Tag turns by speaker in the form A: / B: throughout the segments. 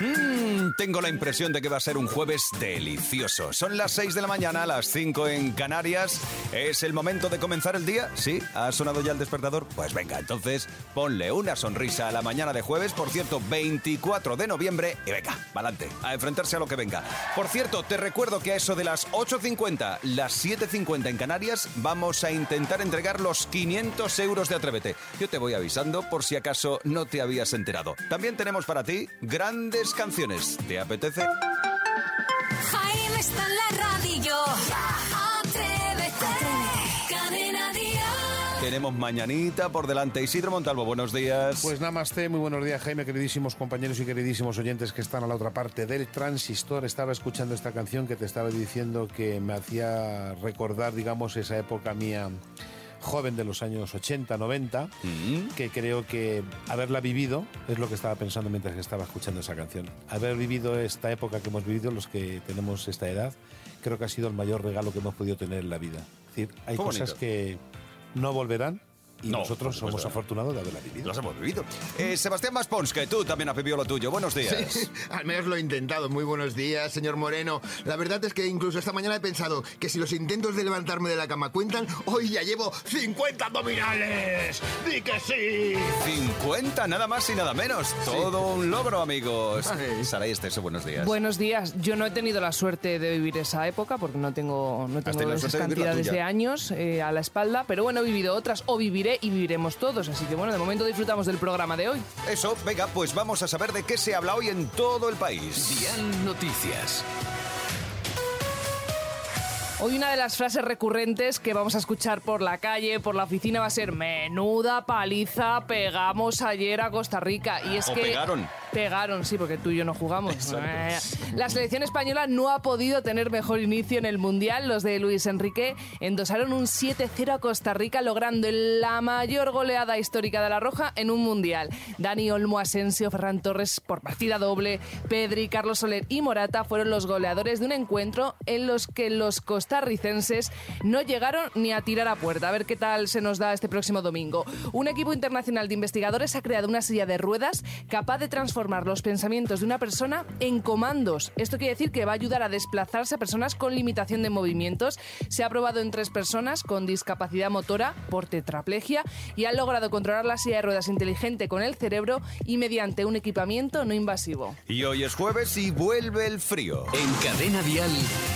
A: Mm, tengo la impresión de que va a ser un jueves delicioso. Son las 6 de la mañana, las 5 en Canarias. ¿Es el momento de comenzar el día? ¿Sí? ¿Ha sonado ya el despertador? Pues venga, entonces ponle una sonrisa a la mañana de jueves, por cierto, 24 de noviembre. Y venga, adelante, a enfrentarse a lo que venga. Por cierto, te recuerdo que a eso de las 8.50, las 7.50 en Canarias, vamos a intentar entregar los 500 euros de Atrévete. Yo te voy avisando por si acaso no te habías enterado. También tenemos para ti grandes canciones. ¿Te apetece?
B: Jaime está en la radio. Atrévete. Cadena Dial.
A: Tenemos mañanita por delante. Isidro Montalvo, buenos días.
C: Pues namaste, muy buenos días Jaime, queridísimos compañeros y queridísimos oyentes que están a la otra parte del transistor. Estaba escuchando esta canción que te estaba diciendo que me hacía recordar, digamos, esa época mía joven de los años 80, 90,
A: Mm.
C: que creo que haberla vivido, es lo que estaba pensando mientras que estaba escuchando esa canción, haber vivido esta época que hemos vivido los que tenemos esta edad, creo que ha sido el mayor regalo que hemos podido tener en la vida. Es decir, hay
A: Fue
C: cosas
A: bonito.
C: que no volverán y
A: No, por
C: nosotros
A: supuesto
C: somos
A: que no.
C: afortunados de haberla vivido.
A: Los hemos vivido. Eh, Sebastián Maspons, que tú también has vivido lo tuyo. Buenos días.
D: Al menos lo he intentado. Muy buenos días, señor Moreno. La verdad es que incluso esta mañana he pensado que si los intentos de levantarme de la cama cuentan, hoy ya llevo 50 abdominales. ¡Di que sí!
A: 50, nada más y nada menos. Todo un logro, amigos.
D: Ay.
A: Saray Esteso, buenos días.
E: Buenos días. Yo no he tenido la suerte de vivir esa época porque no tengo, no tengo
A: tenido
E: esas
A: suerte de vivir la
E: cantidades
A: tuya.
E: de años eh, a la espalda, pero bueno, he vivido otras o viviré y viviremos todos. Así que bueno, de momento disfrutamos del programa de hoy.
A: Eso, venga, pues vamos a saber de qué se habla hoy en todo el país.
F: Dial Noticias.
E: Hoy una de las frases recurrentes que vamos a escuchar por la calle, por la oficina, va a ser menuda paliza pegamos ayer a Costa Rica. Y es
A: O
E: que
A: pegaron.
E: Pegaron, sí, porque tú y yo no jugamos. Eh, La selección española no ha podido tener mejor inicio en el Mundial. Los de Luis Enrique endosaron un 7-0 a Costa Rica, logrando la mayor goleada histórica de la Roja en un Mundial. Dani Olmo, Asensio, Ferran Torres por partida doble, Pedri, Carlos Soler y Morata fueron los goleadores de un encuentro en los que los costarricenses no llegaron ni a tirar a puerta. A ver qué tal se nos da este próximo domingo. Un equipo internacional de investigadores ha creado una silla de ruedas capaz de transformar los pensamientos de una persona en comandos. Esto quiere decir que va a ayudar a desplazarse a personas con limitación de movimientos. Se ha probado en tres personas con discapacidad motora por tetraplegia y han logrado controlar la silla de ruedas inteligente con el cerebro y mediante un equipamiento no invasivo.
A: Y hoy es jueves y vuelve el frío.
F: En Cadena Dial,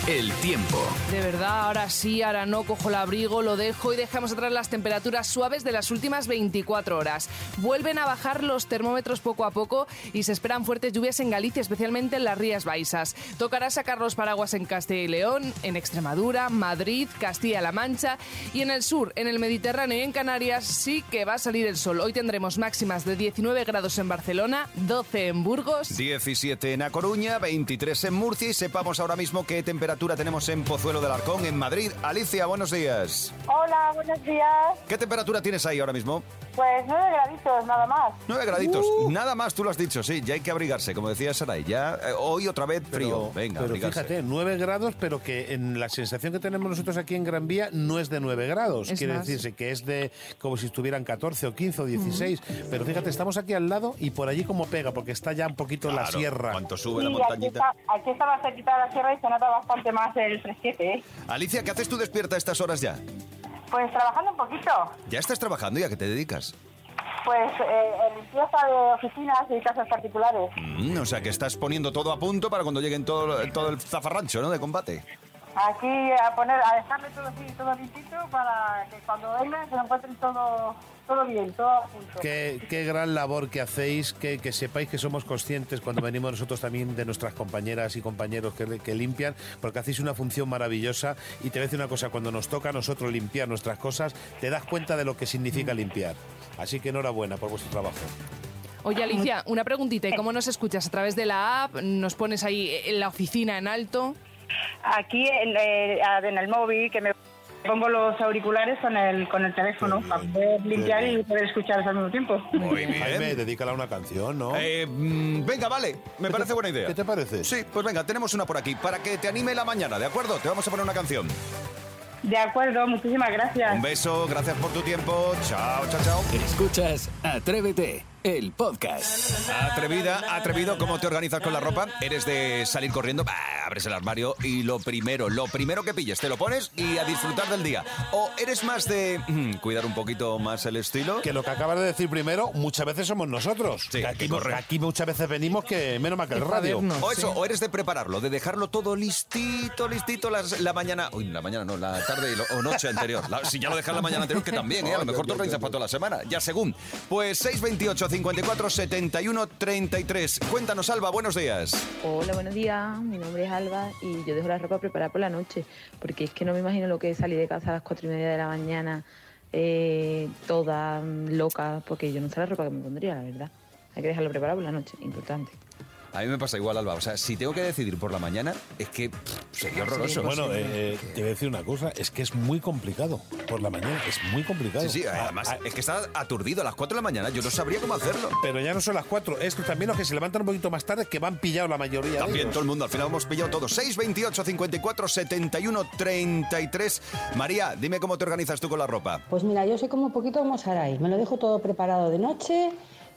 F: el tiempo.
E: De verdad, ahora sí, ahora no, cojo el abrigo, lo dejo y dejamos atrás las temperaturas suaves de las últimas 24 horas. Vuelven a bajar los termómetros poco a poco y se esperan fuertes lluvias en Galicia, especialmente en las Rías Baixas. Tocará sacar los paraguas en Castilla y León, en Extremadura, Madrid, Castilla-La Mancha y en el sur, en el Mediterráneo y en Canarias sí que va a salir el sol. Hoy tendremos máximas de 19 grados en Barcelona, 12 en Burgos.
A: 17 en A Coruña, 23 en Murcia y sepamos ahora mismo qué temperatura tenemos en Pozuelo del Arcón, en Madrid. Alicia, buenos días.
G: Hola, buenos días.
A: ¿Qué temperatura tienes ahí ahora mismo?
G: Pues nueve graditos, nada más.
A: 9 graditos,
C: Uh.
A: nada más tú lo has dicho, sí, ya hay que abrigarse, como decía Saray, ya eh, hoy otra vez frío, venga,
C: pero
A: abrigarse.
C: fíjate, 9 grados, pero que en la sensación que tenemos nosotros aquí en Gran Vía no es de 9 grados.
E: Es
C: Quiere
E: más.
C: decirse que es de como si estuvieran 14 o 15 o 16. Pero fíjate, estamos aquí al lado y por allí como pega, porque está ya un poquito la
A: Claro,
C: sierra.
A: Cuanto sube la
G: Sí, aquí
A: montañita.
G: está, aquí está más cerquita de la sierra y se nota bastante más el fresquete. ¿eh?
A: Alicia, ¿qué haces tú despierta a estas horas ya?
G: Pues trabajando un poquito.
A: ¿Ya estás trabajando y a qué te dedicas?
G: Pues eh, en limpieza de oficinas y casas particulares.
A: Mm, o sea, que estás poniendo todo a punto para cuando lleguen todo, todo el zafarrancho, ¿no?, de combate.
G: Aquí a poner, a dejarle todo así, todo limpito para que cuando vengan se lo encuentren todo, todo bien, todo a punto.
C: Qué, qué gran labor que hacéis, que, que sepáis que somos conscientes cuando venimos nosotros también de nuestras compañeras y compañeros que, que limpian, porque hacéis una función maravillosa y te voy a decir una cosa, cuando nos toca a nosotros limpiar nuestras cosas, te das cuenta de lo que significa
A: Mm.
C: limpiar. Así que enhorabuena por vuestro trabajo.
E: Oye, Alicia, una preguntita. ¿Y cómo nos escuchas? ¿A través de la app? ¿Nos pones ahí en la oficina en alto?
G: Aquí en, eh, en el móvil, que me pongo los auriculares con el, con el teléfono para poder limpiar y poder escucharlos al mismo tiempo.
A: Muy bien.
C: Jaime, dedícala una canción, ¿no?
A: Eh, mm, venga, vale, me parece buena idea.
C: ¿Qué te parece?
A: Sí, pues venga, tenemos una por aquí, para que te anime la mañana, ¿de acuerdo? Te vamos a poner una canción.
G: De acuerdo, muchísimas gracias.
A: Un beso, gracias por tu tiempo. Chao, chao, chao.
F: Escuchas Atrévete, el podcast.
A: Atrevida, atrevido, ¿cómo te organizas con la ropa? ¿Eres de salir corriendo? Bah, abres el armario y lo primero, lo primero que pilles, te lo pones y a disfrutar del día. ¿O eres más de mm, cuidar un poquito más el estilo?
C: Que lo que acabas de decir primero, muchas veces somos nosotros.
A: Sí,
C: que aquí,
A: que corre.
C: que aquí muchas veces venimos que menos mal que el radio.
E: Modernos,
A: O eso,
E: sí.
A: o eres de prepararlo, de dejarlo todo listito, listito las- la mañana. Uy, la mañana no, la tarde y lo- o noche anterior. La- si ya lo dejas la mañana anterior, que también, ¿eh? A lo mejor te organizas para toda la semana, ya según. Pues 628 54 71 33. Cuéntanos, Alba, buenos días.
H: Hola, buenos días. Mi nombre es Alba y yo dejo la ropa preparada por la noche, porque es que no me imagino lo que es salir de casa a las cuatro y media de la mañana, eh, toda mm, loca, porque yo no sé la ropa que me pondría, la verdad. Hay que dejarlo preparado por la noche, importante.
A: A mí me pasa igual, Alba. O sea, si tengo que decidir por la mañana, es que pff, sería horroroso.
C: Bueno, eh, eh, te voy a decir una cosa, es que es muy complicado por la mañana, es muy complicado.
A: Sí, sí, además,
C: Ah,
A: es que está aturdido a las 4 de la mañana, yo no sabría cómo hacerlo.
C: Pero ya no son las cuatro, es que también los que se levantan un poquito más tarde que van pillado la mayoría. de
A: También
C: ellos.
A: todo el mundo, al final hemos pillado todo. 628 54 71 33. María, dime cómo te organizas tú con la ropa.
I: Pues mira, yo soy como un poquito como Sarai. Me lo dejo todo preparado de noche.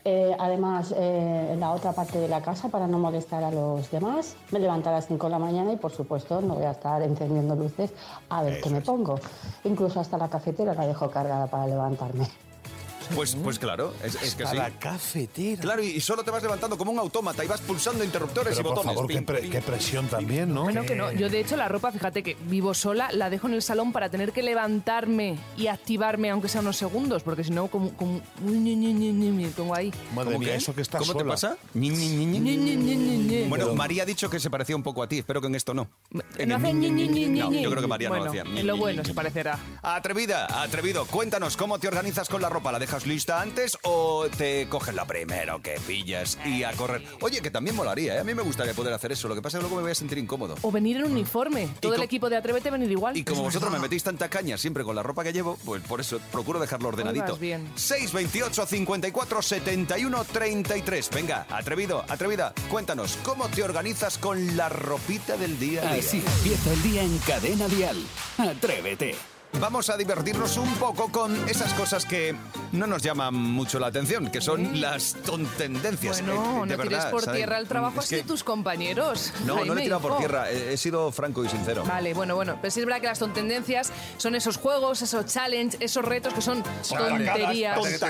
I: eh, además, eh, en la otra parte de la casa para no molestar a los demás. Me levanto a las 5 de la mañana y, por supuesto, no voy a estar encendiendo luces a ver qué me pongo. Incluso hasta la cafetera la dejo cargada para levantarme.
A: Pues, pues claro, es, es que
C: A
A: sí.
C: la cafetera.
A: Claro, y y solo te vas levantando como un autómata y vas pulsando interruptores
C: Pero
A: y
C: por
A: botones.
C: favor, qué,
A: Pim,
C: pre-
A: pim.
C: qué presión también, ¿no?
E: Bueno, que
A: Eh.
E: no. Yo, de hecho, la ropa, fíjate que vivo sola, la dejo en el salón para tener que levantarme y activarme, aunque sea unos segundos, porque si no, como, como... Me pongo ahí.
C: Madre
A: ¿Cómo
C: mía,
A: qué?
C: eso que estás
A: ¿Cómo te
C: sola.
A: pasa? Ñi, ñi, ñi, ñi.
E: Ñe, Ñe, Ñe, Ñe, Ñe.
A: Bueno, María ha dicho que se parecía un poco a ti, espero que en esto no. En
E: No
A: el
E: hace
A: ñi,
E: ñi,
A: ñi,
E: ñi, ñi,
A: ñi. No,
E: ñi.
A: yo creo que María no
E: Bueno,
A: lo hacía. Ñi,
E: en Lo
A: ñi,
E: bueno
A: ñi,
E: se
A: ñi.
E: parecerá.
A: Atrevida, atrevido, cuéntanos cómo te organizas con la ropa. ¿La dejas lista antes o te coges lo primero que pillas y a correr? Oye, que también molaría, ¿eh? a mí me gustaría poder hacer eso. Lo que pasa es que luego me voy a sentir incómodo.
E: O venir en uniforme. Todo el
A: co-
E: equipo de Atrévete a venir igual.
A: Mm. Y como vosotros me metéis tanta caña siempre con la ropa que llevo, pues por eso procuro dejarlo ordenadito.
E: vas bien.
A: 628 54 71 33. Venga, atrevido, atrevida, cuéntanos cómo te organizas con la ropita del día a día.
F: Así empieza el día en cadena Dial. Atrévete.
C: Ah,
A: Vamos a divertirnos un poco con esas cosas que no nos llaman mucho la atención, que son las tontendencias.
E: Bueno,
A: Eh, de
E: no tires
A: verdad,
E: por
A: ¿sabes?
E: tierra el trabajo
A: Es
E: así
A: que-
E: de tus compañeros.
A: No, no
E: Jaime,
A: le he tirado por
E: hijo.
A: tierra, he, he sido franco y sincero.
E: Vale, bueno, bueno. Pero sí es verdad que las tontendencias son esos juegos, esos challenges, esos retos que son tonterías.
C: Parece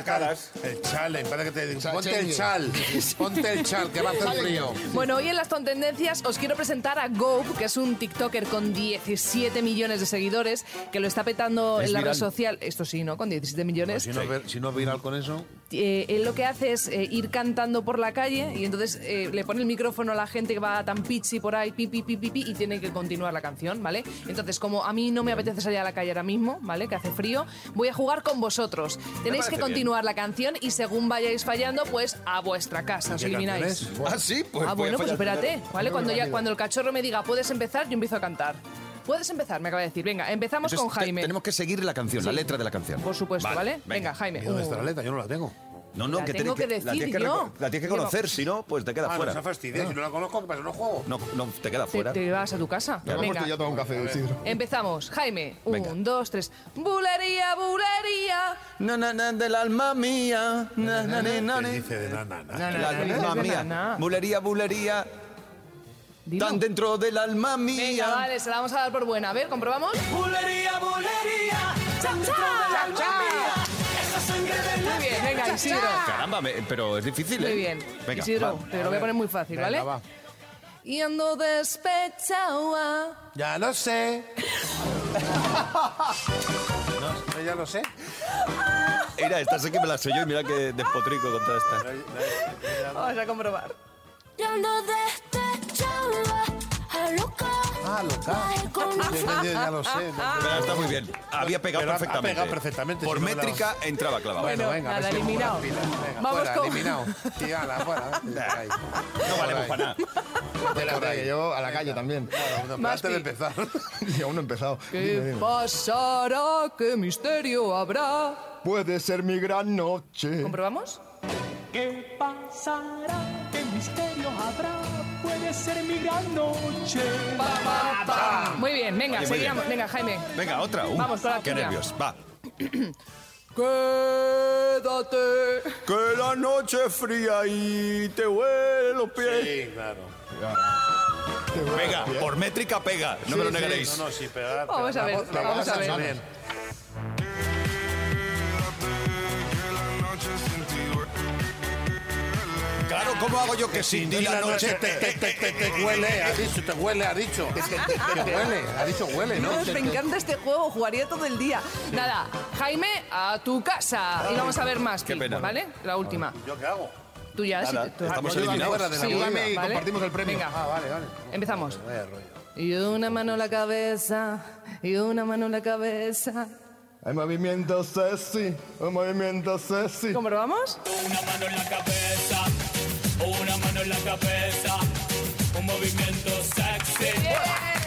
C: que te- El chale, parece que te dicen, Ponte el chal, ponte el chal, que va a hacer frío.
E: Bueno, hoy en las tontendencias os quiero presentar a Goop, que es un TikToker con 17 millones de seguidores, que lo está petando
C: Es
E: en la
C: viral.
E: red social. Esto sí, ¿no? Con 17 millones.
C: Si no, es vi- si no es viral con eso,
E: Eh, él lo que hace es eh, ir cantando por la calle y entonces eh, le pone el micrófono a la gente que va tan pichi por ahí, pi, pi, pi, pi, pi, y tiene que continuar la canción, ¿vale? Entonces, como a mí no me apetece salir a la calle ahora mismo, ¿vale? Que hace frío, voy a jugar con vosotros. Tenéis
A: parece
E: que continuar la canción y según vayáis fallando, pues a vuestra casa, os
C: ¿qué
E: elimináis.
C: canción
A: Ah, sí, pues.
E: ah,
A: voy a
E: bueno, pues
A: fallar
E: espérate,
A: primero.
E: ¿vale? Cuando, ya, cuando el cachorro me diga, puedes empezar, yo empiezo a cantar. Puedes empezar, me acaba de decir. Venga, empezamos
A: Entonces,
E: con
A: te-
E: Jaime.
A: tenemos que seguir la canción, la
E: Sí.
A: letra de la canción.
E: Por supuesto, ¿vale? Venga, Jaime.
C: ¿y dónde está
E: uno.
C: la letra? Yo no la tengo.
A: No, no,
E: La
A: que,
E: tengo
A: tiene
E: que
A: la tienes
E: decir
A: que, reco-
E: yo.
A: la tienes que
E: Lleva-
A: conocer, si no, pues te queda
C: Ah,
A: fuera.
C: no se fastidia, si no la conozco, ¿qué pasa? No juego.
A: No, no, te queda
E: Uh, Te,
A: fuera.
E: te vas a tu casa.
D: Vamos
E: Venga.
D: tú y yo a tomar un café, Isidro.
E: Empezamos, Jaime. Un,
A: Venga.
E: dos, tres. Bulería, bulería.
A: Na, na, na, del alma mía. Na, na, na, na, na.
C: Te dice de na, na, na.
E: na,
A: El
E: na, na,
A: alma
E: na,
A: mía.
E: na.
A: Bulería, bulería.
E: Dilo.
A: Tan dentro del alma
E: Venga,
A: mía.
E: vale, se la vamos a dar por buena. A ver, comprobamos.
J: Bulería, bulería, tan dentro del alma mía. Esa sangre del
E: Muy bien, venga, Isidro.
A: Caramba, me- pero es difícil, ¿eh?
E: Muy bien.
A: Venga,
E: Isidro,
A: va.
E: te lo voy a poner muy fácil,
C: Venga,
E: ¿vale?
C: va.
E: Y ando despechado. ah.
C: Ya lo sé. no, no, ya lo sé.
A: Mira, esta sé que me la soy yo y mira que despotrico contra esta.
E: Vamos a comprobar.
B: Yo ando despechada, a loca.
C: Ah, loca. Ya, ya, ya lo sé.
E: Ah,
A: Pero está muy bien. Había pegado
C: Pero ha- ha
A: perfectamente.
C: pegado perfectamente,
A: Por
C: si no la-
A: métrica entraba clavado.
E: Bueno,
C: a ver
E: nada,
C: si me pongo
E: eliminado.
C: las pilas. Venga,
E: Vamos
C: fuera,
E: con-
C: eliminado. Sí, ala, fuera. Ahí.
A: no valemos pues para nada.
D: Espérate, que yo a la calle también.
C: Bueno, pero
E: Más
C: antes de
E: pi-
C: empezar.
D: Yo aún no he empezado. Dime,
E: ¿Qué
D: dime.
E: pasará? ¿Qué misterio habrá?
D: Puede ser mi gran noche.
E: ¿Comprobamos?
J: ¿Qué pasará? ¿Qué misterio habrá? puede ser mi gran noche.
C: Ah,
E: Muy bien, venga,
A: Oye, muy
E: seguimos.
A: bien.
E: Venga, Jaime.
A: Venga, otra. Uh,
E: Vamos con la
A: Qué
E: tuya.
A: nervios. Va.
E: Quédate.
A: Que la noche es fría y te huele los pies.
C: Sí, claro.
A: Pega, por métrica pega, no me lo negaréis.
C: No, no, sí, pero...
E: Vamos a ver, vamos a ver.
A: Claro, ¿cómo hago yo que sin ti la noche te, te, te, te, te huele?
C: ha dicho, te huele, ha dicho. Te huele, ha dicho huele, ¿no?
K: Dios, me encanta este juego, jugaría todo el día.
E: Nada, Jaime, a tu casa. Y vamos a ver más,
A: Qué
E: Kiko,
A: pena.
E: ¿vale? La última.
C: ¿Yo qué hago?
E: Tú ya, sí,
A: Nada,
E: tú-
A: estamos
C: yo iba fuera
A: eliminados.
C: de la
E: sí,
C: movida.
D: y
E: ¿vale?
D: compartimos el premio.
E: Venga,
C: Ah, vale, vale.
E: empezamos.
C: Vaya rollo.
E: Y una mano en la cabeza, y una mano en la cabeza.
D: Hay movimiento sexy, hay movimiento sexy.
E: ¿Cómo lo vamos?
J: Una mano en la cabeza, una mano en la cabeza. Un movimiento sexy,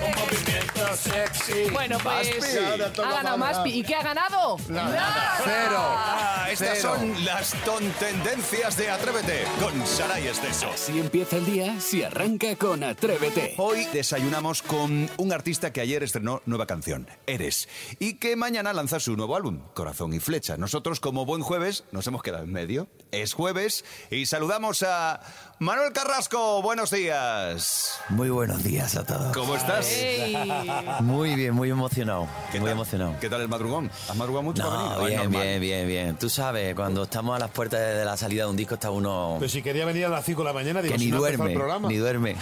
J: un movimiento sexy.
E: Bueno, pues ha ganado Maspi. ¿Y qué ha ganado?
C: Cero.
A: Ah, estas
C: Cero.
A: son las tontendencias de Atrévete con Saray Esteso.
F: Si empieza el día, si arranca con Atrévete.
A: Hoy desayunamos con un artista que ayer estrenó nueva canción, Eres, y que mañana lanza su nuevo álbum, Corazón y Flecha. Nosotros, como buen jueves, nos hemos quedado en medio. Es jueves y saludamos a Manuel Carrasco. Buenos días.
L: Muy buenos días a todos.
A: ¿Cómo estás?
E: ¡Ey!
L: Muy bien, muy emocionado. Muy
A: tal?
L: emocionado.
A: ¿Qué tal el madrugón? ¿Has madrugado mucho para venir?
L: No,
A: ¿O es
L: bien,
A: normal?
L: bien, bien, bien. Tú sabes, cuando estamos a las puertas de la salida de un disco está uno
C: Pero si quería venir a las 5 de la mañana, digo,
L: que
C: si
L: ni
C: no empezó
L: duerme,
C: el programa.
L: ni duerme.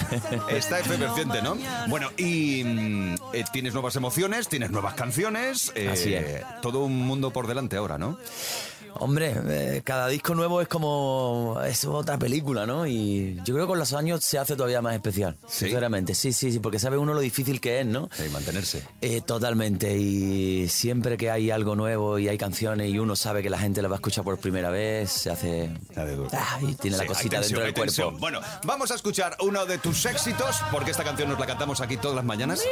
A: Está efervescente, ¿no? Bueno, y mm, eh, tienes nuevas emociones, tienes nuevas canciones. eh,
L: Así es.
A: Todo un mundo por delante ahora, ¿no?
L: Hombre, eh, cada disco nuevo es como es otra película, ¿no? Y yo creo que con los años se hace todavía más especial,
A: ¿Sí?
L: sinceramente. Sí, sí, sí, porque sabe uno lo difícil que es, ¿no?
A: Sí, mantenerse.
L: Eh, totalmente, y siempre que hay algo nuevo y hay canciones y uno sabe que la gente la va a escuchar por primera vez, se hace...
A: Sabe duro.
L: Ah, y tiene
A: Sí,
L: la cosita
A: hay tensión,
L: dentro
A: hay
L: del cuerpo.
A: tensión. Bueno, vamos a escuchar uno de tus éxitos, porque esta canción nos la cantamos aquí todas las mañanas.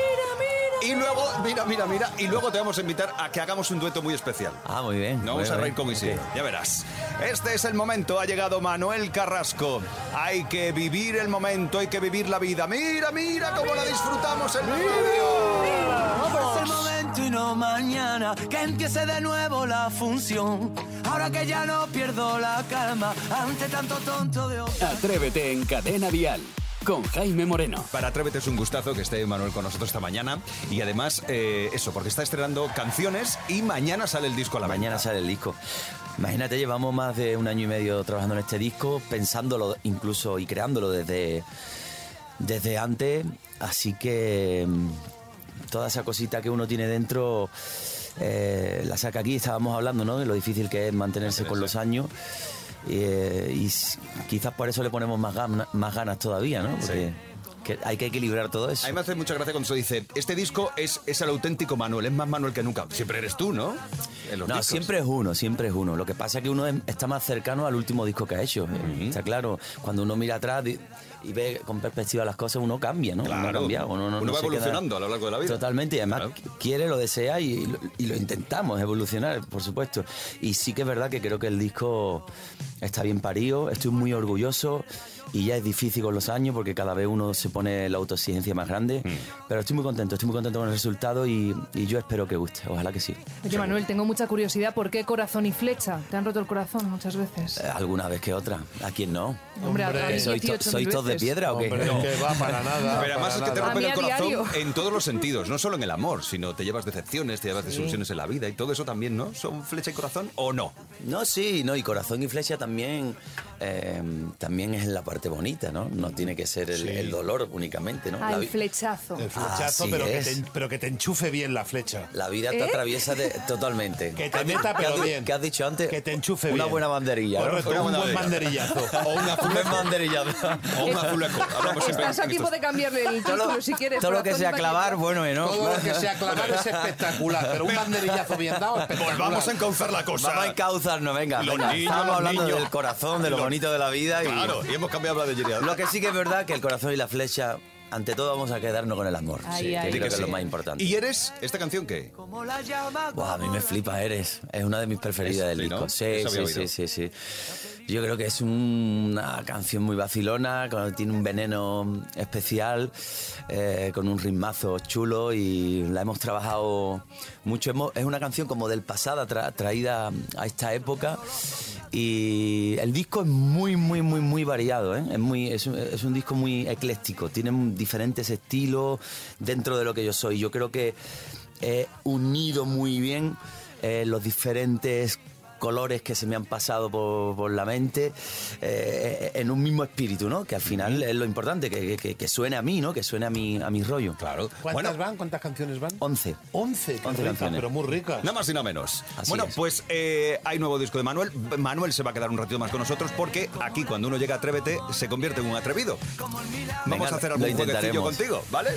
A: Y luego, mira, mira, mira, y luego te vamos a invitar a que hagamos un dueto muy especial.
L: Ah, muy bien.
A: No vamos
L: Bueno,
A: a reír
L: bueno,
A: como Isidro,
L: ok.
A: ya verás. Este es el momento, ha llegado Manuel Carrasco. Hay que vivir el momento, hay que vivir la vida. Mira, mira cómo la disfrutamos en la radio.
J: Es el momento y no mañana que empiece de nuevo la función. Ahora que ya no pierdo la calma ante tanto tonto de otra.
F: Atrévete en Cadena Dial con Jaime Moreno.
A: Para Atrévete es un gustazo que esté Manuel con nosotros esta mañana. Y además, eh, eso, porque está estrenando canciones y mañana sale el disco a la
L: Mañana
A: mañana.
L: sale el disco. Imagínate, llevamos más de un año y medio trabajando en este disco, pensándolo incluso y creándolo desde, desde antes. Así que mm, toda esa cosita que uno tiene dentro eh, la saca aquí. Estábamos hablando ¿no? de lo difícil que es mantenerse con los años. Eh, y s- quizás por eso le ponemos más, gana- más ganas todavía, ¿no? Porque que hay que equilibrar todo eso.
A: A mí me hace mucha gracia cuando se dice, este disco es, es el auténtico Manuel, es más Manuel que nunca. Siempre eres tú, ¿no? En los
L: No,
A: discos.
L: siempre es uno, siempre es uno. Lo que pasa es que uno es- está más cercano al último disco que ha hecho. Está claro, cuando uno mira atrás di- y ve con perspectiva las cosas, uno cambia, ¿no? uno ha
A: Claro.
L: cambiado, uno, no-
A: Uno
L: no
A: va
L: se queda-
A: evolucionando a lo largo de la vida.
L: Totalmente, y además
A: Claro.
L: qu- quiere, lo desea y, y lo- y lo intentamos evolucionar, por supuesto. Y sí que es verdad que creo que el disco está bien parido, estoy muy orgulloso y ya es difícil con los años porque cada vez uno se pone la autoexigencia más grande. Pero estoy muy contento, estoy muy contento con el resultado y, y yo espero que guste, ojalá que sí.
E: Oye, Manuel, tengo mucha curiosidad. ¿Por qué corazón y flecha? Te han roto el corazón muchas veces.
L: Eh, Alguna vez que otra. ¿A quién no?
E: Hombre, a mí
L: ¿Sois, to-
E: 18.000
L: sois todos de
E: veces.
L: piedra o qué?
C: Hombre,
L: No.
C: es que va para nada.
A: Pero además es
C: para
A: que te
C: nada.
A: rompen el
E: A mí a
A: corazón
E: diario.
A: en todos los sentidos, no solo en el amor, sino te llevas decepciones, te llevas desilusiones en la vida y todo eso también, ¿no? ¿Son flecha y corazón o no?
L: No, sí, no, y corazón y flecha también, eh, también es la parte bonita, ¿no? No tiene que ser el, el dolor únicamente, ¿no?
E: Ah,
L: la,
E: el
L: vi-
E: flechazo.
C: El flechazo,
L: Así
C: pero, que
L: es.
C: te, pero que te enchufe bien la flecha.
L: la vida te atraviesa de- totalmente.
C: Que te meta,
L: ¿Qué has
C: pero
L: di-
C: bien.
L: ¿Qué has dicho antes?
C: Que te enchufe
L: Una
C: bien.
L: buena banderilla, ¿no?
C: Correcto,
A: Una
C: un
A: buena
C: buen
A: idea.
C: banderillazo.
L: O una buena banderilla.
A: O un azuleco. Hablamos siempre
E: Ah, Estás a
A: en estos-
E: tiempo de cambiarle el título si quieres.
L: Todo lo que
E: corazón y
L: sea
E: flecha.
L: clavar, bueno, ¿eh, ¿no?
C: Todo lo que sea clavar es espectacular, pero un banderillazo bien dado espectacular.
A: Volvamos a encauzar la cosa.
L: Vamos a encauzarnos, venga.
A: Los
L: venga.
A: niños,
L: Estábamos
A: los
L: hablando
A: niños.
L: del corazón, de lo
A: Los-
L: bonito de la vida. y-
A: Claro, y hemos cambiado la de Gilead.
L: Lo que sí que es verdad que el corazón y la flecha, ante todo vamos a quedarnos con el amor.
E: Ay,
L: que
E: ay,
L: creo que
E: ay.
L: es lo más importante.
A: ¿Y eres esta canción qué?
J: Como la llama.
L: Guau, a mí me flipa Eres. Es una de mis preferidas
A: Es-
L: del
A: sí,
L: disco.
A: ¿no?
L: Sí,
A: Esa había
L: sí, sí,
A: oído.
L: sí, sí. Yo creo que es un- una canción muy vacilona, con- tiene un veneno especial, eh, con un ritmazo chulo y la hemos trabajado mucho. Hemos- es una canción como del pasado, tra- traída a esta época. Y el disco es muy, muy, muy, muy variado. ¿eh? Es, muy, es, un, es un disco muy ecléctico, tiene diferentes estilos dentro de lo que yo soy. Yo creo que he unido muy bien eh, los diferentes colores que se me han pasado por, por la mente eh, en un mismo espíritu, ¿no? Que al final es lo importante, que, que- que suene a mí, ¿no? Que suene a mi, a mi rollo.
A: Claro.
C: ¿Cuántas van? ¿Cuántas canciones van?
L: 11.
C: 11, qué
L: Once
C: ricas,
L: canciones.
C: pero muy ricas.
A: Nada más y nada menos.
L: Así
A: bueno,
L: es.
A: pues eh, hay nuevo disco de Manuel. Manuel se va a quedar un ratito más con nosotros porque aquí cuando uno llega a Atrévete se convierte en un atrevido. Vamos
L: Venga,
A: a hacer
L: lo
A: algún jueguecillo
L: intentaremos.
A: contigo, ¿vale?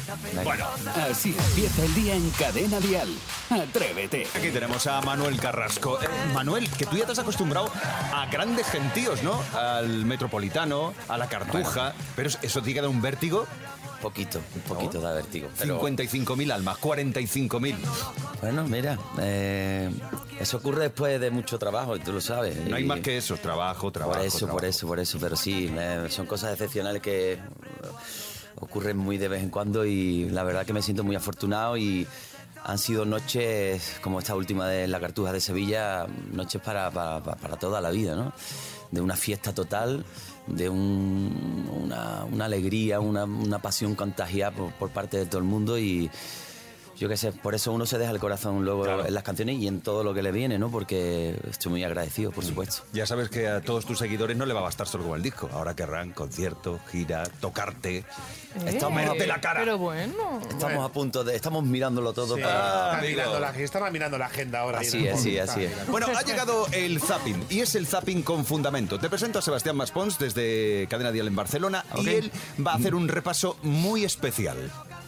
A: Bueno.
F: Así empieza el día en Cadena Dial. Atrévete.
A: Aquí tenemos a Manuel Carrasco. Eh, Manuel, que tú ya te has acostumbrado a grandes gentíos, ¿no? Al metropolitano, a la cartuja, pero eso te queda un vértigo.
L: Poquito, un poquito da vértigo. pero-
A: 55.000 almas, 45.000.
L: Bueno, mira, eh, eso ocurre después de mucho trabajo, y tú lo sabes.
A: No hay
L: Y-
A: más que eso, trabajo, trabajo.
L: Por eso, por
A: trabajo.
L: eso, por eso, pero sí, eh, son cosas excepcionales que eh, ocurren muy de vez en cuando y la verdad que me siento muy afortunado y han sido noches como esta última de la Cartuja de Sevilla, noches para, para- para- para toda la vida, ¿no? De una fiesta total, de un- una, una alegría, una, una pasión contagiada por, por parte de todo el mundo y yo qué sé, por eso uno se deja el corazón luego en las canciones y en todo lo que le viene, ¿no? Porque estoy muy agradecido, por supuesto.
A: Mm. Ya sabes que a todos tus seguidores no le va a bastar solo con el disco. Ahora querrán concierto, gira, tocarte.
L: Estamos-
A: Métete la cara.
E: Eh, Pero bueno.
L: Estamos a punto de. Estamos mirándolo todo
C: Sí,
L: para.
C: están, mirando la, están mirando la agenda ahora. ahí en
L: Así
C: el
L: es, sí,
C: móvil.
L: así es.
C: Están
A: Bueno, ha llegado el zapping y es el zapping con fundamento. Te presento a Sebastián Maspons desde Cadena Dial en Barcelona
D: Ok.
A: y él va a hacer un repaso muy especial.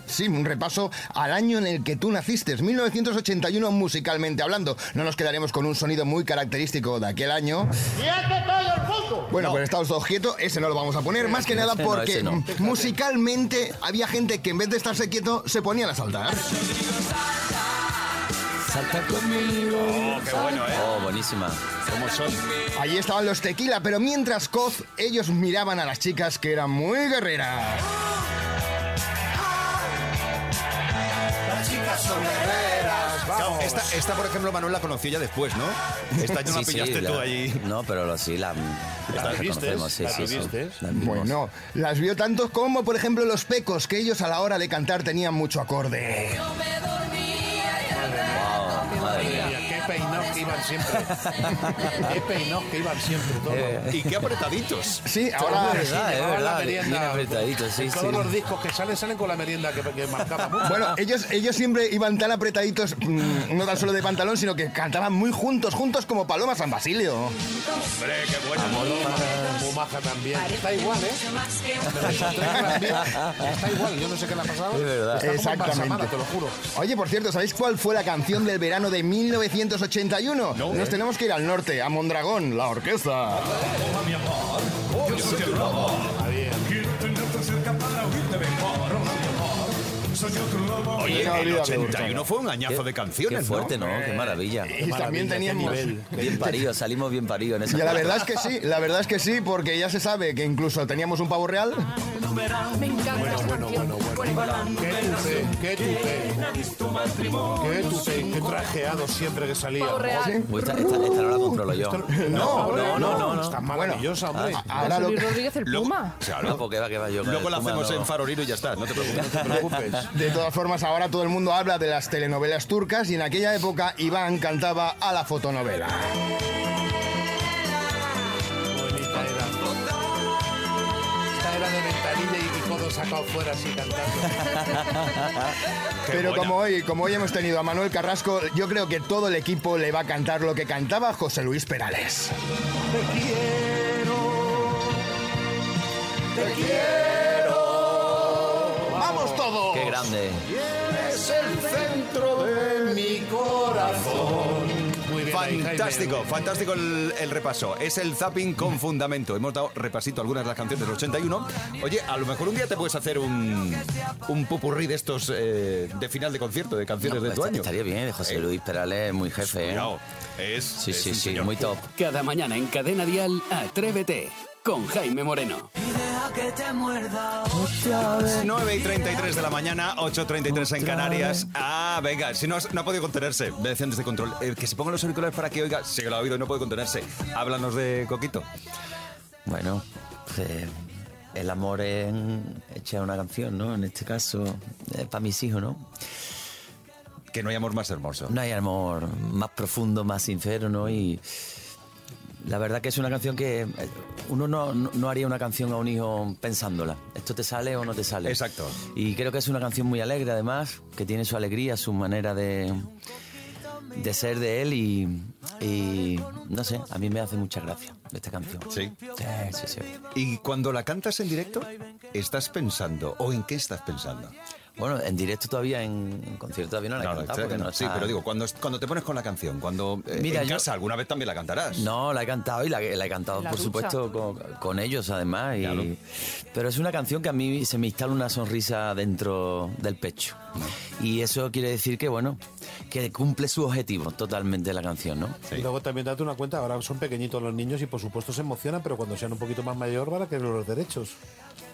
D: Sí, un repaso al año en el que tú naciste, 1981 musicalmente hablando. No nos quedaremos con un sonido muy característico de aquel año. Bueno, pues Estados todos quietos, ese no lo vamos a poner, más que nada
L: No,
D: porque
L: Eh, ese no.
D: musicalmente había gente que en vez de estarse quieto se ponían a saltar.
L: Salta conmigo. Oh,
A: qué bueno, ¿eh?
L: Oh, buenísima.
A: ¿Cómo son?
D: Allí estaban los tequila, pero mientras Coz, ellos miraban a las chicas que eran muy guerreras.
J: Las chicas son guerreras.
A: Claro, Esta, esta, por ejemplo, Manuel la conoció ya después, ¿no? Esta ya no la
L: Sí, sí,
A: pillaste tú
L: la-
A: allí.
L: No, pero lo- sí, la. La reconocemos, sí, sí, sí. La vimos.
D: Bueno, las vio tanto como, por ejemplo, los pecos, que ellos a la hora de cantar tenían mucho acorde.
L: Wow, madre mía.
C: Qué peinados que iban siempre. Qué peinados que iban siempre todos.
A: Y qué apretaditos.
D: Sí,
L: Es
D: ahora...
C: Ahora sí,
L: verdad, Eh, es
C: llevaban la
L: verdad.
C: merienda.
L: Bien apretadito, sí, sí.
C: Todos los discos que salen, salen con la merienda que, que marcaba mucho.
D: Bueno, ellos, ellos siempre iban tan apretaditos, mm, no tan solo de pantalón, sino que cantaban muy juntos, juntos como Paloma San Basilio.
A: Hombre, qué bueno.
C: Pumaja también. Está igual, ¿eh? Me lo encontré en Gran Vía. Está igual, yo no sé qué le ha pasado.
L: Es verdad.
C: Está como embalsamada, te lo juro.
D: Oye, por cierto, ¿sabéis cuál fue la canción del verano de 1981? Nos tenemos que ir al norte, a Mondragón, la orquesta.
A: Oye,
D: No,
A: el
D: olvídalo,
A: 81 fue un añazo de
L: Qué
A: canciones, ¿no?
L: fuerte, ¿no? Qué maravilla.
D: Y también teníamos...
L: Bien parido, salimos bien paridos en esa
D: Y la
L: parte.
D: verdad es que sí, la verdad es que sí, porque ya se sabe que incluso teníamos un pavo real.
E: Me encanta esta canción.
C: Qué tupé, qué tupé. Qué tupé, qué trajeado siempre que salía.
E: Pavo real.
L: Uy, Pues esta, esta- esta no la controlo yo.
C: No,
L: no, no, no, ah, no.
C: Está maravillosa, hombre.
D: Ahora lo
E: Luis
D: que...
E: Rodríguez el
A: Luego-
E: Puma.
A: Claro.
L: No, porque va Ah, pues que va yo. con
A: Luego
L: el
A: lo
L: Puma,
A: hacemos
L: no.
A: en Faroriro y ya está, no te preocupes.
C: No te preocupes.
D: De todas formas, ahora todo el mundo habla de las telenovelas turcas y en aquella época Iván cantaba a la fotonovela.
C: Bonita era. Esta era de ventanilla y codo sacado fuera así cantando.
D: Pero
A: buena.
D: como hoy, como hoy hemos tenido a Manuel Carrasco, yo creo que todo el equipo le va a cantar lo que cantaba José Luis Perales.
C: ¡Vamos todos!
L: Qué grande.
C: Es el centro de mi corazón. Muy bien, ahí, Jaime.
A: Fantástico, fantástico el, el repaso. Es el zapping con fundamento. Hemos dado repasito a algunas de las canciones del 81. Oye, a lo mejor un día te puedes hacer un, un pupurrí de estos eh, de final de concierto, de canciones
L: No,
A: de tu
L: esta-
A: año. Eh,
L: Estaría bien, José Luis Perales es muy jefe.
A: cuidado,
L: Es, sí, sí, sí, muy top.
F: Cada mañana en Cadena Dial, Atrévete con Jaime Moreno.
J: Deja que te muerda otra vez.
A: 9 y 33 de la mañana, 8.33 en Canarias. Ah, venga, si no, has- no ha podido contenerse. Me decían desde control, eh, que se pongan los auriculares para que oiga. Sí que lo ha oído y no puede contenerse. Háblanos de Coquito.
L: Bueno, pues, eh, el amor es hecha una canción, ¿no? En este caso, para mis hijos, ¿no?
A: Que no hay amor más hermoso.
L: No hay amor más profundo, más sincero, ¿no? Y la verdad que es una canción que eh, uno no, no- no haría una canción a un hijo pensándola. Esto te sale o no te sale.
A: Exacto.
L: Y creo que es una canción muy alegre, además, que tiene su alegría, su manera de, de ser de él y, y no sé, a mí me hace mucha gracia esta canción.
A: Sí.
L: sí, sí.
A: Y cuando la cantas en directo, ¿estás pensando o en qué estás pensando?
L: Bueno, en directo todavía, en, en concierto todavía no la he
A: No, no,
L: cantado
A: espera que
L: porque
A: no.
L: no
A: Sí,
L: está-
A: pero digo, cuando, cuando te pones con la canción, cuando eh,
L: Mira,
A: en
L: yo-
A: casa alguna vez también la cantarás.
L: No, la he cantado y la, la he cantado,
A: La
L: por
A: ducha.
L: supuesto, con, con ellos además. y- Eh, Pero es una canción que a mí se me instala una sonrisa dentro del pecho. Y eso quiere decir que, bueno, que cumple su objetivo totalmente la canción, ¿no?
C: Y luego también date una cuenta, ahora son pequeñitos los niños y por supuesto se emocionan, pero cuando sean un poquito más mayor van a querer los derechos.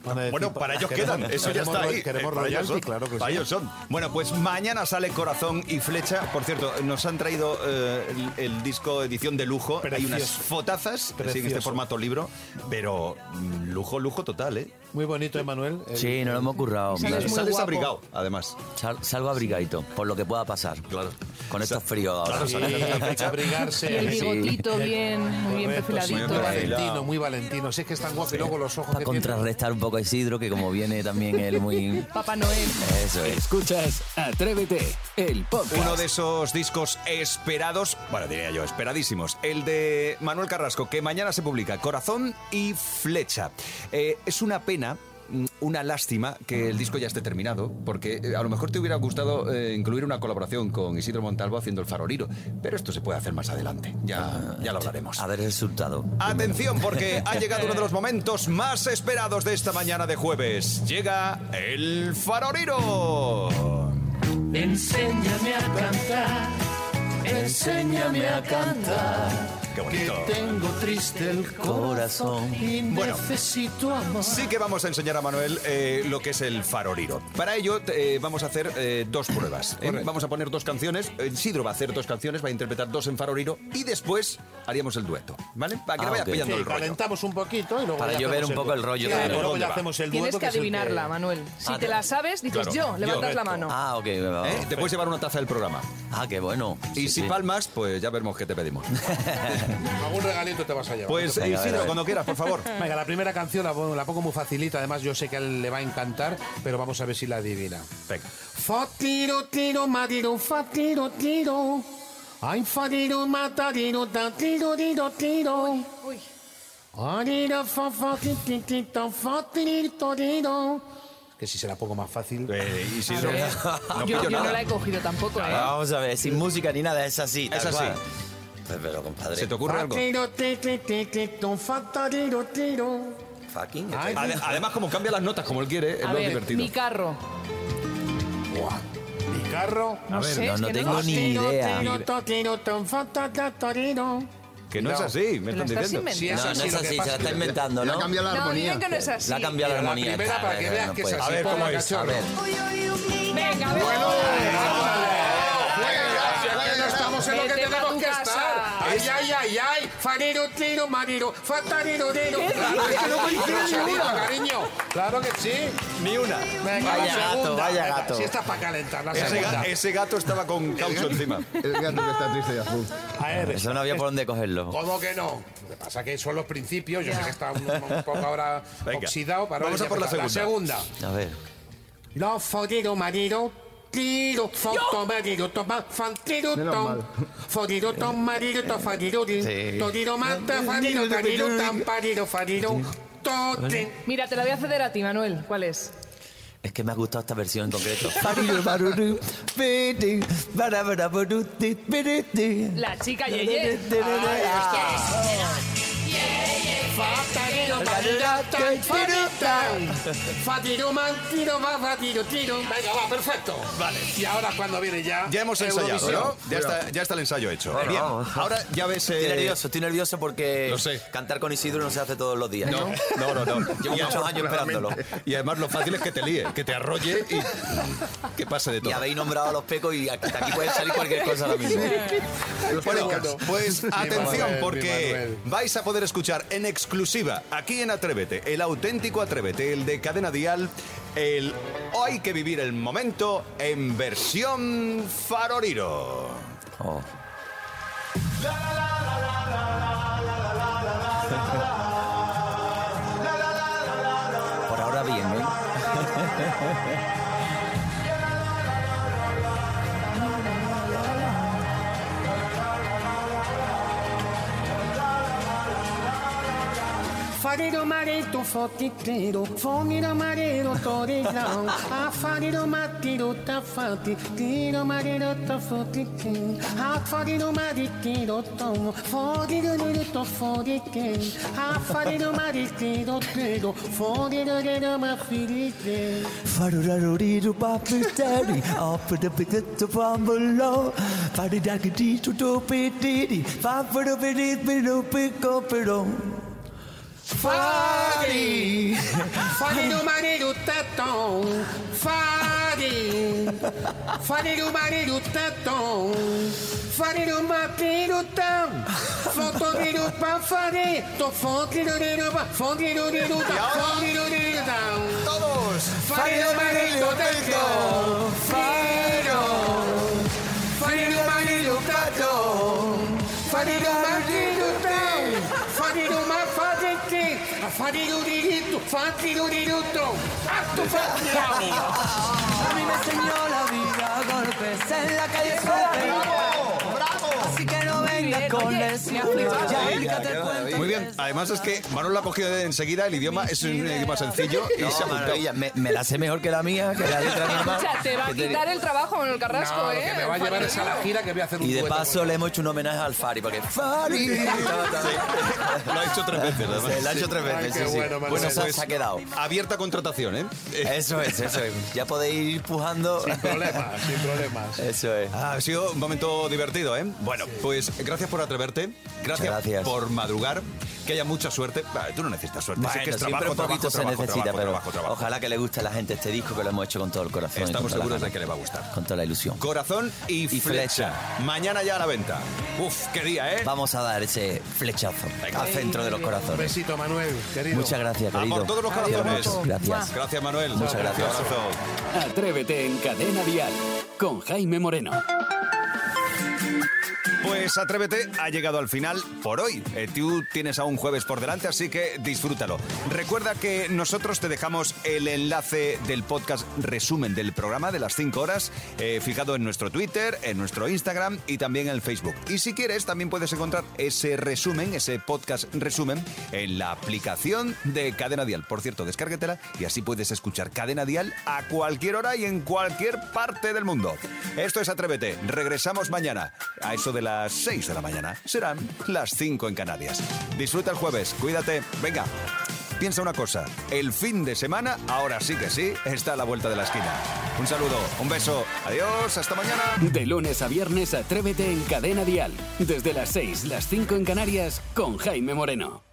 C: Van a decir,
A: Eh, Bueno, para ellos
C: queremos-
A: quedan, eso ya
C: queremos
A: está
C: lo-
A: ahí.
C: Queremos
A: Eh, para ellos
C: royalty,
A: son,
C: claro que
A: para
C: sí.
A: ellos son. Bueno, pues mañana sale Corazón y Flecha. Por cierto, nos han traído eh, el, el disco edición de lujo. Hay unas
C: Precioso.
A: fotazas sí, en este
C: Precioso.
A: formato libro, pero mm, lujo, lujo total, ¿eh?
C: Muy bonito, Emanuel. El-
L: Sí, nos lo hemos currado.
A: Sales muy Sales guapo. abrigado, además.
L: Ah, salgo abrigadito, por lo que pueda pasar. Claro. Con estos fríos ahora.
C: Claro, sales de la fecha. abrigarse.
E: Y el bigotito
L: Sí.
E: bien, muy bien
C: Correcto, sí,
E: perfiladito.
C: Muy
L: perfilado.
C: valentino, muy valentino. Si es que es tan guapo y luego los ojos
L: Para
C: que tiene.
L: contrarrestar un poco a Isidro, que como viene también él muy...
E: Papá Noel.
L: Eso es.
F: Escuchas Atrévete, el podcast.
A: Uno de esos discos esperados, bueno, diría yo, esperadísimos, el de Manuel Carrasco, que mañana se publica, Corazón y Flecha. Eh, es una pena, mm, una lástima que el disco ya esté terminado, porque eh, a lo mejor te hubiera gustado eh, incluir una colaboración con Isidro Montalvo haciendo el faroliro, pero esto se puede hacer más adelante, ya, ya lo hablaremos.
L: A ver el resultado.
A: Atención, porque ha llegado uno de los momentos más esperados de esta mañana de jueves. Llega el faroliro.
J: Enséñame a cantar, enséñame a cantar.
A: Qué bonito.
J: Que tengo triste el corazón y
A: Bueno.
J: necesito amor.
A: Sí que vamos a enseñar a Manuel eh, lo que es el faroliro. Para ello te- eh, vamos a hacer eh, dos pruebas. ¿eh? Vamos a poner dos canciones. Eh, Isidro va a hacer dos canciones, va a interpretar dos en faroliro y después haríamos el dueto. ¿Vale? Para que
L: Ah,
A: vayas
L: ok.
A: pillando
C: Sí,
A: el rollo.
C: calentamos un poquito y luego
L: Para
C: ya
L: yo ver
C: hacemos
L: un poco el rollo
C: dueto.
L: de-
C: Claro,
L: por
C: luego
L: dónde
C: ya
L: va.
C: hacemos el
E: Tienes
C: dueto.
E: que
C: es el
E: adivinarla, Manuel. Si
L: Ah,
E: te la sabes, dices
A: Claro,
E: yo, levantas la mano.
L: Ah, ok.
A: ¿Eh? Te puedes llevar una taza del programa.
L: Ah, qué bueno.
A: Y si palmas, pues ya veremos qué te pedimos.
C: Algún regalito te vas a llevar.
A: Pues
C: no te preocupes.
A: Isidro, cuando quieras, por favor.
C: Venga, la primera canción la, pongo- la pongo muy facilita, además yo sé que a él le va a encantar, pero vamos a ver si la adivina.
A: Venga.
C: Fa tiro tiro madiro fa tiro tiro. Ay fa tiro matadiro ta tiro tiro tiro.
E: Uy.
C: Arira fa fa ti ti ti ta fa tiro tiro. Que si se la pongo más fácil.
A: Eh, Isidro,
E: A ver.
A: no
E: yo,
A: pillo
E: yo no
A: nada.
E: la he cogido tampoco,
L: Ah,
E: ¿eh?
L: Vamos a ver, sin música ni nada, es así. tal
A: Es así.
L: cual. Pero, pero, compadre.
A: ¿Se te ocurre algo?
C: Tiro ti ti ti ti ta fa tiro tiro.
L: Fucking.
C: Ay,
A: Ade- Además, como cambia las notas como él quiere, es
E: A
A: lo
E: ver,
A: divertido.
E: mi carro.
C: Buah, Mi carro.
E: No
L: ver,
E: sé,
L: no,
E: es
L: no
E: que
L: tengo
E: no.
L: ni
C: Tiro,
L: idea.
C: tiro, to, tiro, tan, fa, ta, ta, torero.
A: Que no, es
C: No.
A: así, me
E: Te la
A: están
E: estás
A: diciendo.
E: inventando.
L: No, no es
C: lo que pasa
L: así, se la
C: es que
L: está inventando,
D: Le ha
L: ¿no?
D: cambiado la
E: No,
D: armonía.
E: digan que no es así.
L: La ha cambiado la
C: Mira, la
L: armonía.
C: primera
L: esta
C: para
L: vez,
C: que veas
L: no
C: que es
L: puede
C: así.
L: ser.
A: A ver,
C: Ponla,
A: ¿cómo es?
L: A
C: cachorro.
L: ver,
E: Venga, a ver.
C: Ya no estamos en lo que
E: Vete pa'
C: tenemos
E: tu
C: que
E: casa.
C: estar. Ay, ay, ay, ay. Farero, tiro, marero, fatarero, dero. Claro que no coincide ninguna, cariño. Claro que sí.
A: Ni una.
C: Venga,
L: Vaya
C: la
L: gato,
C: segunda.
L: vaya
C: Venga,
L: gato.
C: Si esta para calentar la
A: Ese, ga-
C: segunda.
A: ese gato estaba con caucho encima.
D: El gato que está triste y azul.
C: A ver,
L: eso no había por dónde cogerlo.
C: ¿Cómo que no? Lo que pasa es que son los principios. Yo sé que está un, un poco ahora
A: Venga.
C: oxidado. Para
A: Vamos a por la segunda.
C: La segunda.
L: A ver.
C: No, fodero, marido, tiro, foto, marido, toma, fantiro,
D: Menos
C: tom,
D: mal.
C: fodero, tom, marido, to, fadiro,
L: Sí.
C: di, todiro, mata, fadiro, tariro, tan, pariro, fadiro, tote.
E: Mira, te la voy a ceder a ti, Manuel. ¿Cuál es?
L: Es que me ha gustado esta versión en concreto. La
E: La chica Yeye. Ah.
M: Venga, va, perfecto. Vale. Y ahora cuando viene ya.
A: Ya hemos ensayado,
M: Eurovisión.
A: ¿no? Ya está, ya está el ensayo hecho.
L: Bueno,
A: Bien,
L: vamos.
A: ahora ya ves... eh,
L: Estoy nervioso, estoy nervioso porque cantar con Isidro no se hace todos los días.
A: No, no, no. no.
L: Llevo
A: Y
L: muchos
A: además-
L: años esperándolo.
A: Y además lo fácil es que te líe, que te arrolle y mm, que pase de todo.
L: Y habéis nombrado a los pecos y aquí, de aquí puede salir cualquier cosa ahora mismo.
A: Bueno, pues
L: Mi
A: atención,
L: Manuel, mi
A: porque
L: Manuel.
A: vais a poder escuchar en exclusiva, aquí en Atrévete, el auténtico Atrévete, el de Cadena Dial, el Hay que vivir el momento en versión faroriro.
L: Oh. Por ahora bien, ¿eh?
M: Farero mareto fotiquero, fonero marero torellao, a farero matiro ta fati, tiro marero ta fotiquero, a farero maritiro tomo, forero rero to fotiquero, a farero maritiro tero, forero rero ma firite.
J: Faruraruriru papitari, apadapitattu pambalo, faridakititu tupitiri, fafarupiripirupikopiro.
M: Fari, farero marero tatón, Fari, farero marero tatón, farero marero tan, fotorero pa fare, to fotorero rero pa, fotorero rero
J: Y
M: tan, fotorero rero tan.
J: ahora,
A: Todos,
M: farero marero tatón, farero, farero marero tatón, farero marero tan, farero ma farete, a farero rerito, farero rerito, a tu farero.
J: A mí me enseñó la vida a golpes en e la calle suerte. ¡Bravo! ¡Bravo! Así que no vengas
E: bien,
J: con
E: oye,
J: lesiones.
E: me ha flipado.
J: Ya,
A: Ahí,
J: ahorita te
A: ya,
J: cuento.
A: Muy bien, además es que Manuel lo ha cogido de enseguida, el idioma es un idioma sencillo y
L: No,
A: se ha apuntado.
L: maravilla, me, me la sé mejor que la mía, que la letra normal.
E: Escucha, te va a
L: Que te-
E: quitar el trabajo Manuel Carrasco,
L: No, lo
E: ¿eh?
L: que me va a
E: El
L: llevar es a la
E: farero.
C: Gira que voy a hacer un
L: Y de
C: dueto
L: paso le hemos hecho un homenaje al Fari, porque Fari.
A: Sí. Lo ha hecho tres veces, además.
L: Sí, lo ha hecho tres veces, sí, sí. Bueno, pues se- se ha quedado.
A: Abierta contratación, ¿eh?
L: Eso es, eso es. Ya podéis ir pujando.
C: Sin problemas, sin problemas.
L: Eso es.
A: Ah, ha sido un momento divertido, ¿eh? Bueno, pues gracias por atreverte. Gracias,
L: gracias.
A: por madrugar. Que haya mucha suerte. Bah, tú no necesitas suerte.
L: Bueno,
A: si es que es
L: siempre
A: trabajo,
L: un
A: trabajo,
L: poquito se
A: trabajo,
L: necesita,
A: trabajo,
L: pero
A: trabajo, trabajo.
L: ojalá que le guste a la gente este disco que lo hemos hecho con todo el corazón. y con
A: Estamos
L: toda la
A: seguros
L: gana.
A: de que le va a gustar.
L: Con toda la ilusión.
A: Corazón y,
L: Y
A: flecha.
L: flecha.
A: Mañana ya a la venta. Uf, qué día, ¿eh?
L: Vamos a dar ese flechazo al centro de los
C: Un
L: corazones.
C: besito, Manuel, querido.
L: Muchas gracias,
A: A
L: querido.
A: por todos los corazones.
L: Gracias.
A: Gracias, Manuel.
L: Muchas gracias.
A: Un abrazo.
F: Atrévete en Cadena Dial con Jaime Moreno.
A: Pues Atrévete ha llegado al final por hoy. Eh, tú tienes aún jueves por delante, así que disfrútalo. Recuerda que nosotros te dejamos el enlace del podcast resumen del programa de las 5 horas, eh, fijado en nuestro Twitter, en nuestro Instagram y también en el Facebook. Y si quieres, también puedes encontrar ese resumen, ese podcast resumen, en la aplicación de Cadena Dial. Por cierto, descárgatela y así puedes escuchar Cadena Dial a cualquier hora y en cualquier parte del mundo. Esto es Atrévete. Regresamos mañana. A eso de las 6 de la mañana. Serán las 5 en Canarias. Disfruta el jueves. Cuídate. Venga. Piensa una cosa. El fin de semana, ahora sí que sí, está a la vuelta de la esquina. Un saludo, un beso. Adiós. Hasta mañana.
F: De lunes a viernes, Atrévete en Cadena Dial. Desde las 6, las 5 en Canarias, con Jaime Moreno.